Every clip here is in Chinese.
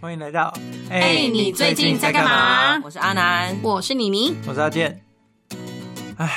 欢迎来到。哎、你最近在干嘛我是阿南，我是妮妮，我是阿健。哎，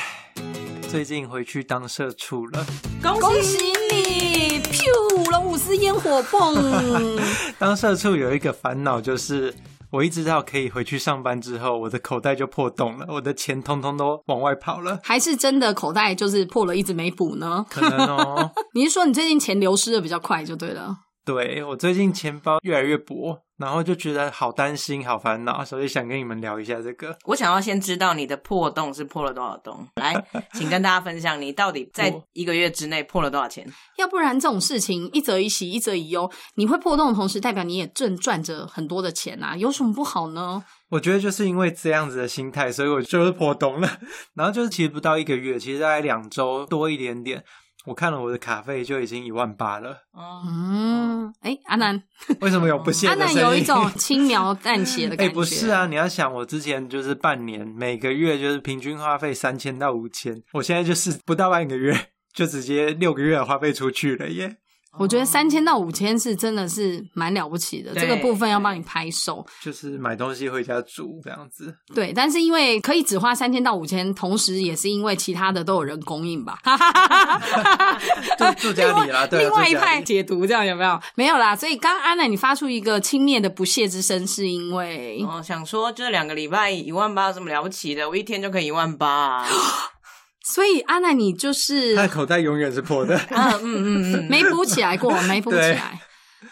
最近回去当社畜了。 恭恭喜你！噗，龙舞狮烟火蹦，当社畜有一个烦恼就是。我一知道可以回去上班之后，我的口袋就破洞了，我的钱通通都往外跑 了， 还是真的口袋就是破了，一直没补呢？可能哦。你是说你最近钱流失的比较快就对了？对我最近钱包越来越薄，然后就觉得好担心、好烦恼，所以想跟你们聊一下这个。我想要先知道你的破洞是破了多少洞，来，请跟大家分享你到底在我一个月之内破了多少钱。要不然这种事情一则以喜，一则以忧，你会破洞的同时，代表你也正赚着很多的钱啊，有什么不好呢？我觉得就是因为这样子的心态，所以我就是破洞了。 然后就是其实不到一个月，其实大概两周多一点点，我看了我的卡费就已经一万八了。 哦，嗯，哎、阿南，为什么有不屑阿的南声音？哦啊有 一种轻描淡写的哎、感觉。不是，啊！你要想，我之前就是半年，每个月就是平均花费三千到五千，我现在就是不到半个月，就直接六个月的花费出去了耶。我觉得三千到五千是真的是蛮了不起的，对这个部分要帮你拍手。就是买东西回家煮这样子，对，但是因为可以只花三千到五千，同时也是因为其他的都有人供应吧。住住家里啦，对啊，另外住一家里派解读这样有没有？没有啦。所以刚刚安娜你发出一个轻蔑的不屑之声，是因为哦，想说这两个礼拜一万八有什么了不起的？我一天就可以一万八、 啊。所以安娜你就是他的口袋永远是破的。啊嗯嗯嗯，没补起来过，没补起对来。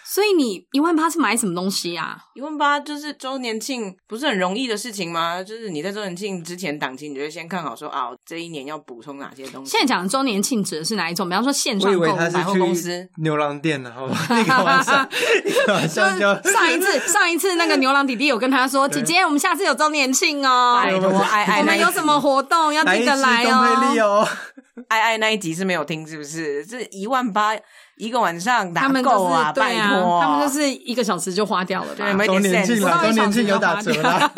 所以你一万八是买什么东西啊？一万八就是周年庆，不是很容易的事情吗？就是你在周年庆之前档期，你就会先看好说啊，这一年要补充哪些东西。现在讲的周年庆指的是哪一种？比方说线我上以购为物，他百货公是去司牛郎店，然后 一个晚 上，一个晚就上是就上一次，上一次那个牛郎弟弟有跟他说：“姐对姐，我们下次有周年庆哦，拜托，爱爱我那们一有什么活动要来一记支得来东贝利哦。哦。爱爱那一集是没有听，是不是？这一万八一个晚上”打他们就够是啊，对拜啊托，，他们就是一个小时就花掉了吧，对没周年庆啦，我周上一年场庆有打折啦，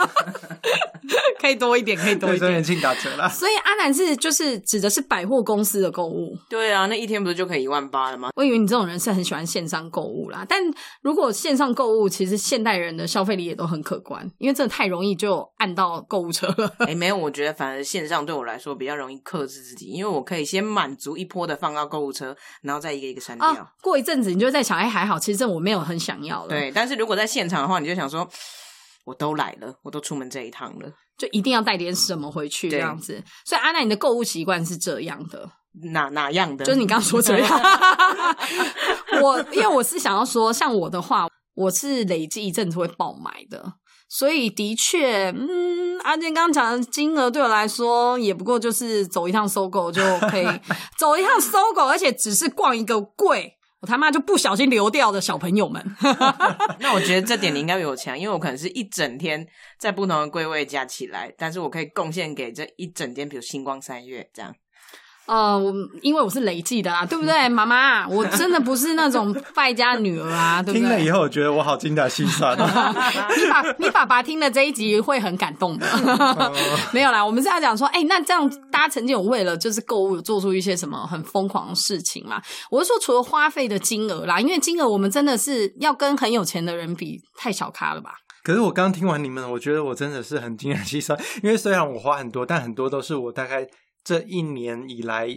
可以多一点，可以多对，一周年点。庆打折啦。所以阿南是就是指的是百货公司的购物，对啊，那一天不是就可以一万八了吗？ 我以为你这种人是很喜欢线上购物啦，但如果线上购物，其实现代人的消费力也都很可观，因为真的太容易就按到购物车 了。哎，没有，我觉得反而线上对我来说比较容易克制自己，因为我可以先满足一波的放到购物车，然后再一个一个删掉。啊，过一阵子你就在想，哎，还好，其实这我没有很想要了，，对，但是如果在现场的话，你就想说，我都来了，我都出门这一趟了，就一定要带点什么回去这对样子。所以阿南，你的购物习惯是这样的，哪哪样的？就是你刚刚说这样。 我因为我是想要说，像我的话，我是累积一阵子会爆买的。所以的确，嗯，阿健刚刚讲的金额对我来说，也不过就是走一趟搜狗就 可以，走一趟搜狗，而且只是逛一个柜，我他妈就不小心流掉的小朋友们。 那我觉得这点你应该比我强，因为我可能是一整天在不同的柜位加起来，但是我可以贡献给这一整天，比如星光三月这样。呃，我因为我是累计的啊啦，对不对，妈妈？我真的不是那种败家女儿啊，对不听了以对？后，我觉得我好精打细算 哦。啊你爸，你爸爸听了这一集会很感动的。 没有啦，我们是要讲说，哎、那这样大家曾经有为了就是购物有做出一些什么很疯狂的事情嘛？我是说，除了花费的金额啦，因为金额我们真的是要跟很有钱的人比，太小咖了吧？可是我刚听完你们，我觉得我真的是很精打细算，因为虽然我花很多，但很多都是我大概这一年以来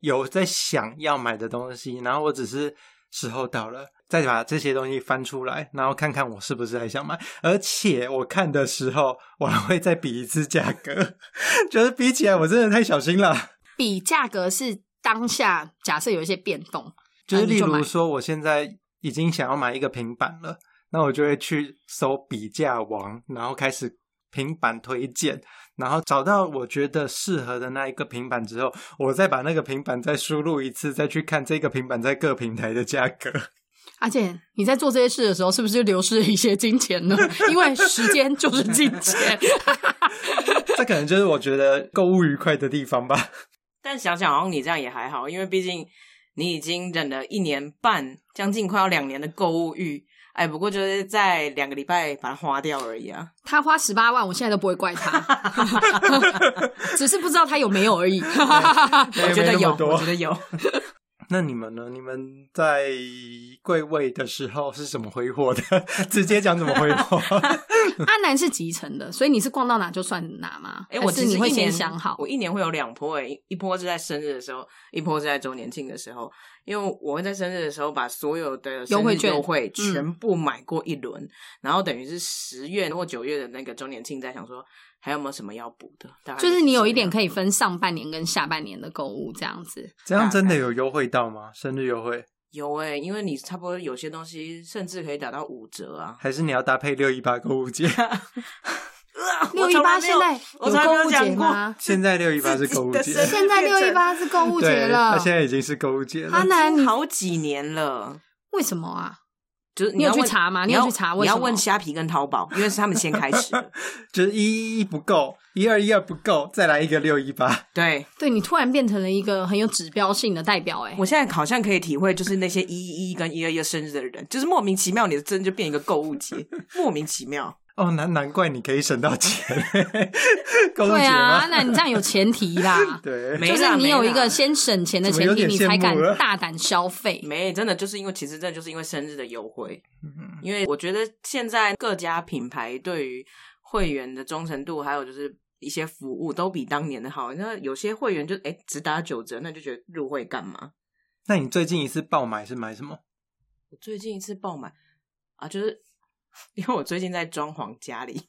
有在想要买的东西，然后我只是时候到了。再把这些东西翻出来，然后看看我是不是还想买。而且我看的时候，我还会再比一次价格， 就是比起来，我真的太小心了。比价格是当下假设有一些变动，就是那啊你例就买如说，我现在已经想要买一个平板了，那我就会去搜比价王，然后开始平板推荐，然后找到我觉得适合的那一个平板之后，我再把那个平板再输入一次，再去看这个平板在各平台的价格。 而且你在做这些事的时候，是不是就流失了一些金钱呢？ 因为时间就是金钱。这可能就是我觉得购物愉快的地方吧。 但想想好像你这样也还好，因为毕竟你已经忍了一年半，将近快要两年的购物欲。哎，不过就是在两个礼拜把它花掉而已啊。他花十八万，我现在都不会怪 他，只是不知道他有没有而已。没我觉得没那有，么多我觉得有。那你们呢？你们在柜位的时候是怎么挥霍的？ 直接讲怎么挥霍？ 阿南是集成的，所以你是逛到哪就算哪吗？哎、还我是其实你会一先年想好我一年会有两波、哎，一波是在生日的时候，一波是在周年庆的时候。因为我会在生日的时候把所有的优惠生券嗯日优惠全部买过一轮，然后等于是十月或九月的那个周年庆，在想说还有没有什么要补的。大概就是你有一点以可以分上半年跟下半年的购物这样子。这样真的有优惠到吗？生日优惠，有哎、因为你差不多有些东西甚至可以打到五折啊。还是你要搭配六一八购物节？ 六一八现在我有从来没购有物讲节过吗？现在六一八是购物自己节，的生现在变成六一八是购物节对，了它，现在已经是购物节阿了。南，你好几年了。为什么啊？就是你有要去问查吗你你有要去查为你要什么问虾皮跟 淘宝，因为是他们先开始的。就是一一不够，一二一二不够，再来一个六一八。对对你突然变成了一个很有指标性的代表、欸，我现在好像可以体会，就是那些一一跟一二一生日的人，就是莫名其妙，你的真就变一个购物 节，莫名其妙。哦，难难怪你可以省到钱， 购物对节啊，吗，阿？南，你这样有前提啦对，没就是啦你没有一啦个先省钱的怎么前有提，点你羡才慕敢了大胆消费。没，真的就是因为其实真的就是因为生日的优惠，嗯因为我觉得现在各家品牌对于会员的忠诚度，还有就是一些服务都比当年的好。那有些会员就哎只打九折，那就觉得入会干嘛？那你最近一次爆买是买什么？我最近一次爆买啊，就是因为我最近在装潢家里，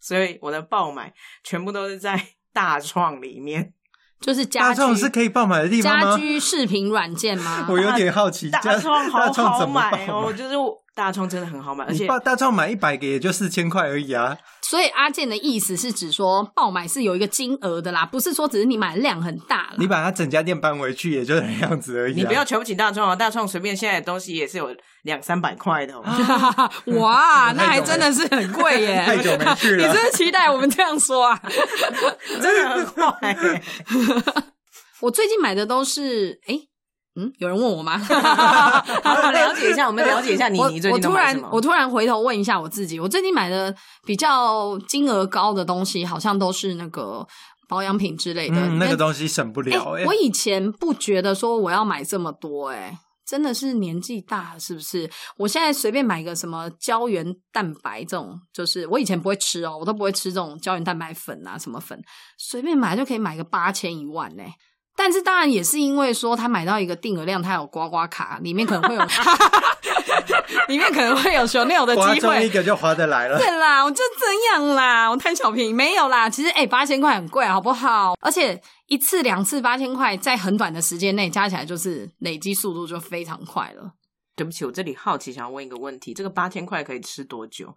所以我的爆买全部都是在 大创里面。就是大家居创是可以爆买的地方家吗？居视频软件吗？ 我有点好奇，大家创好大创好怎么买爆哦，就是我大创真的很好买，而你且大大创买一百个也就四千块而已啊，所以阿健的意思是指说爆买是有一个金额的啦，不是说只是你买的量很大啦。你把它整家店搬回去也就那样子而已、啊。你不要瞧不起大创啊，大创随便现在的东西也是有两三百块的、哦。啊哇，那太还久真的是很贵嗯 耶！太久没去 你了真的期待我们这样说啊？真 的很快、我最近买的都是，哎、嗯，有人问我吗？好，我们了解一下，我们了解一下你啊我你最我近都突买什然么？我突然回头问一下我自己，我最近买的比较金额高的东西，好像都是那个保养品之类的。嗯，那因为个东西省不了哎、欸我以前不觉得说我要买这么多、欸，真的是年纪大了是不是？我现在随便买个什么胶原蛋白这种，就是我以前不会吃哦，我都不会吃这种胶原蛋白粉啊什么粉，随便买就可以买个八千一万呢、但是当然也是因为说他买到一个定额量，他有刮刮卡，里面可能会有， 里面可能会有 Chanel 的划机中会一，个就划得来了。对啦，我就这样啦，我贪小便宜没有啦。其实哎，八、千块很贵，好不好？而且一次两次八千块，在很短的时间内加起来，就是累积速度就非常快了。对不起，我这里好奇想要问一个问题：这个八千块可以吃多久？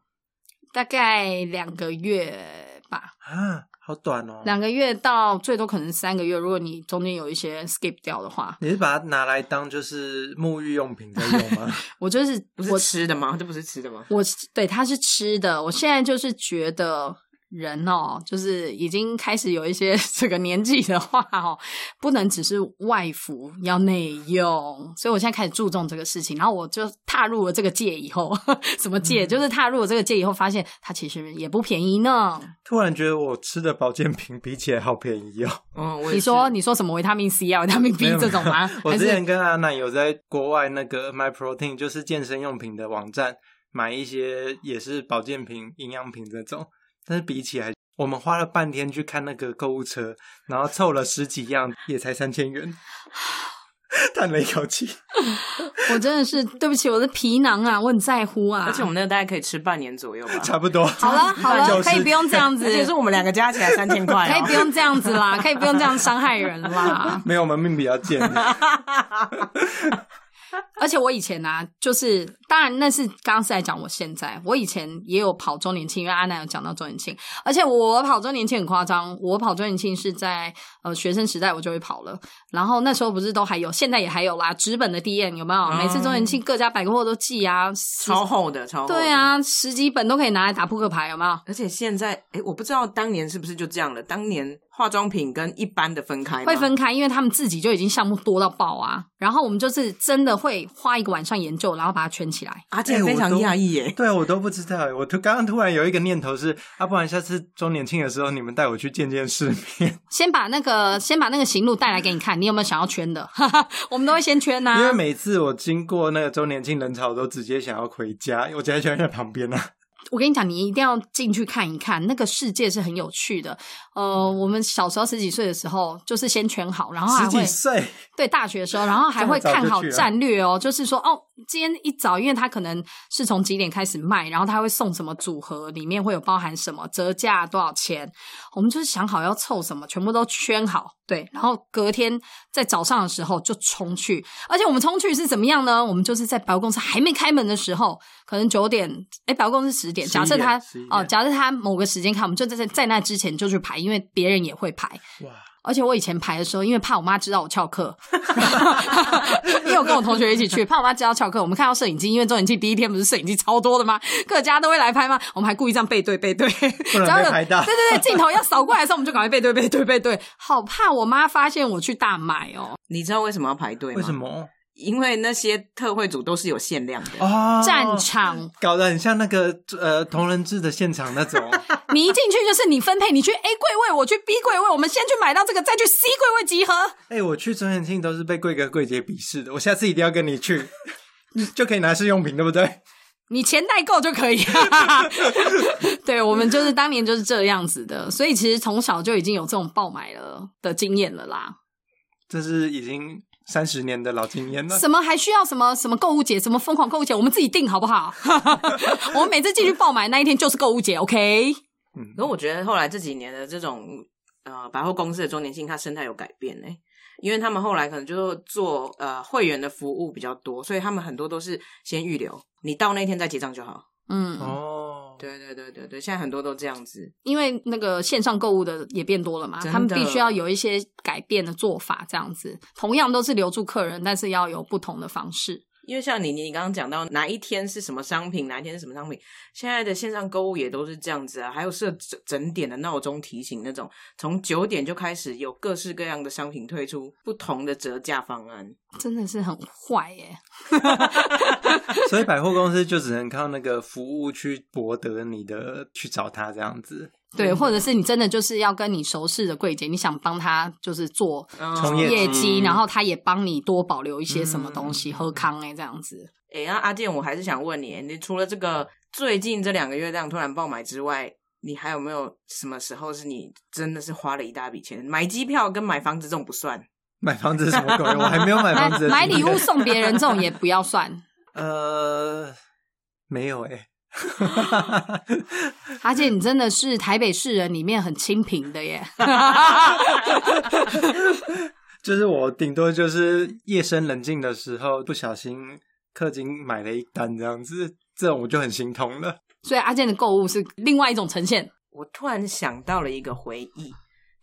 大概两个月吧，啊，好短哦。两个月到最多可能三个月，如果你中间有一些 skip 掉的话，你是把它拿来当就是沐浴用品在用 吗？我就是不是我吃的吗？这不是吃的吗？我对它是吃的，我现在就是觉得人哦，就是已经开始有一些 这个年纪的话哦，不能只是外服，要内用，所以我现在开始注重这个事情。然后我就踏入了这个界以后， 什么嗯界？就是踏入了这个界以后，发现它其实也不便宜呢。突然觉得我吃的保健品比起来好便宜哦。嗯，我也你说是你说什么维他命 C 啊、维他命 B 没有这种吗？我还之前是跟阿南有在国外那个 My Protein，就是健身用品的网站买一些也是保健品、营养品这种，但是比起来，我们花了半天去看那个购物车，然后凑了十几样，也才三千 元，叹了一口气。我真的是对不起我的皮囊啊，我很在乎啊。而且我们那个大概可以吃半年左 右吧。差不多。好了好了，就是可以不用 这样子而。且是我们两个加起来三千块、可以哦，不用这样子 啦，可以不用这样伤害人啦。没有，我们命比较贱。而且我以前啊，就是当然那是刚刚是在讲我现在，我以前也有跑周年庆，因为阿南有讲到周年庆，而且我跑周年庆很夸张，我跑周年庆是在呃学生时代我就会跑了，然后那时候不是都还有，现在也还有啦，纸本的 D N 有没有？嗯每次周年庆各家百货都寄啊，十超厚的，超厚的对。啊，十几本都可以拿来打扑克牌，有没有？而且现在，哎，我不知道当年是不是就这样了。当年化妆品跟一般的分开吗啊会分开，因为他们自己就已经项目多到爆啊。然后我们就是真的会花一个晚上研究，然后把它圈起来。阿健非常讶异耶。 对我都不知道欸，我突刚刚突然有一个念头是，啊，不然下次周年庆的时候，你们带我去见见世面，先把那个先把那个行路带来给你看，你有没有想要圈的？ 哈哈，我们都会先圈啊呐、因为每次我经过那个周年庆人潮，我都直接想要回家，我直接圈在旁边啊。我跟你讲，你一定要进去看一看，那个世界是很有趣的。呃，我们小时候十几岁的时候，就是先圈好，然后哦还十会几岁，对大学的时候，然后还会这么早看就好去了战略哦，就是说哦，今天一早，因为他可能是从几点开始卖，然后他会送什么组合，里面会有包含什么折价多少钱，我们就是想好要凑什么，全部都圈好，对，然后隔天在早上的时候就冲去，而且我们冲去是怎么样呢？我们就是在百货公司还没开门的时候，可能九点，哎，百货公司十点，假设11他点11哦，点假设他某个时间开，我们就在在那之前就去排，因为别人也会排，哇，而且我以前排的时候，因为怕我妈知道我翘课，因为我跟我同学一起去，怕我妈知道翘课。我们看到摄影机，因为周影庆第一天不是摄影机超多的吗？各家都会来拍吗？我们还故意这样背对背对，只能要有被拍到对对对，镜头要扫过来的时候，我们就赶快背对背对背对，好怕我妈发现我去大买哦。你知道为什么要排队吗？为什？么因为那些特惠组都是有限量哦的。啊？战场，搞得很像那个呃同人志的现场那种， 你一进去就是你分配，你去 A 柜位，我去 B 柜位，我们先去买到这个，再去 C 柜位集合。哎、我去周年庆都是被贵哥贵姐鄙视的，我下次一定要跟你去， 就可以拿试用品，对不对？你钱代购就可以。 对，我们就是当年就是这样子的，所以其实从小就已经有这种爆买了的经验了啦。这是已经三十年的老经验了。什么还需要什么什么购物节，什么疯狂购物节，我们自己定好不好？ 我们每次进去爆买那一天就是购物节，OK？可我觉得后来这几年的这种呃百货公司的周年庆，它生态有改变呢、因为他们后来可能就是做呃会员的服务比较多，所以他们很多都是先预留，你到那天再结账就好。嗯，哦，对对对对对，现在很多都这样子。因为那个线上购物的也变多了嘛，真的他们必须要有一些改变的做法，这样子。同样都是留住客人，但是要有不同的方式。因为像你你刚刚讲到哪一天是什么商品，哪一天是什么商品，现在的线上购物也都是这样子啊，还有设整整点的闹钟提醒那种，从九点就开始有各式各样的商品推出，不同的折价方案。真的是很坏耶、所以百货公司就只能靠那个服务去博得你的去找他这样子。对，或者是你真的就是要跟你熟识的柜姐，你想帮她就是做嗯从业业绩绩，然后她也帮你多保留一些什么东西，喝康哎、这样子。诶，那阿健，我还是想问你，你除了这个最近这两个月这样突然爆买之外，你还有没有什么时候是你真的是花了一大笔钱买机票跟买房子这种不算？ 买房子是什么鬼？我嗯还没有买买房子。买礼物？送别人这种也不要算。 呃，没有哎、而且你真的是台北市人里面很清贫的耶。 就是我顶多就是夜深人静的时候不小心氪金买了一单这样子，这种我就很心痛了。所以阿健的购物是另外一种呈现。我突然想到了一个回忆，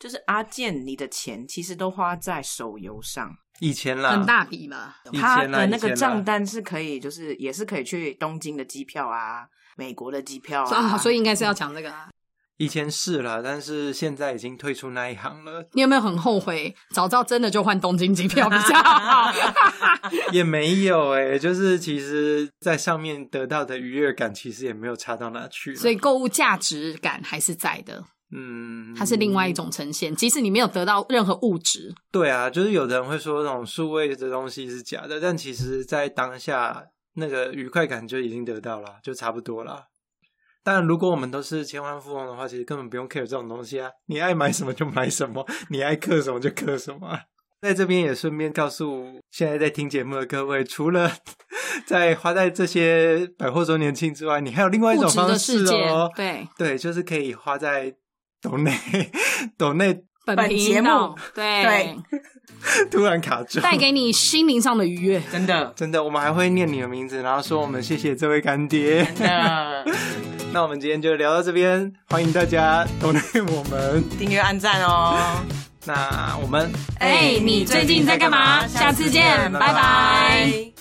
就是阿健，你的钱其实都花在手游上，以前啦，很大笔嘛，以他前啦，的那个以前啦账单是可以，就是也是可以去东京的机票啊，美国的机票啊，啊，所以应该是要讲这个、啊。以前是啦，但是现在已经退出那一行了，你有没有很后悔？早知道真的就换东京机票比较好。 也没有哎、就是其实在上面得到的愉悦感，其实也没有差到哪去啦。所以购物价值感还是在的。嗯，它是另外一种呈现。即使你没有得到任何物质，对啊，就是有的人会说那种数位的东西是假的，但其实在当下那个愉快感就已经得到了，就差不多啦。但如果我们都是千万富翁的话，其实根本不用 care 这种东西啊，你爱买什么就买什么， 你爱氪什么就氪什么啊。在这边也顺便告诉现在在听节目的各位，除了 在花在这些百货周年庆之外，你还有另外一物种质的方世式界，哦。对对，就是可以花在抖内 抖内，本本频节目道，对， 突然卡住，带给你心灵上的愉悦。真的真的，我们还会念你的名字，然后说我们谢谢这位干爹。真的那我们今天就聊到这边，欢迎大家抖内我们。订阅按赞 哦。那我们哎你最近在干嘛下次见拜拜拜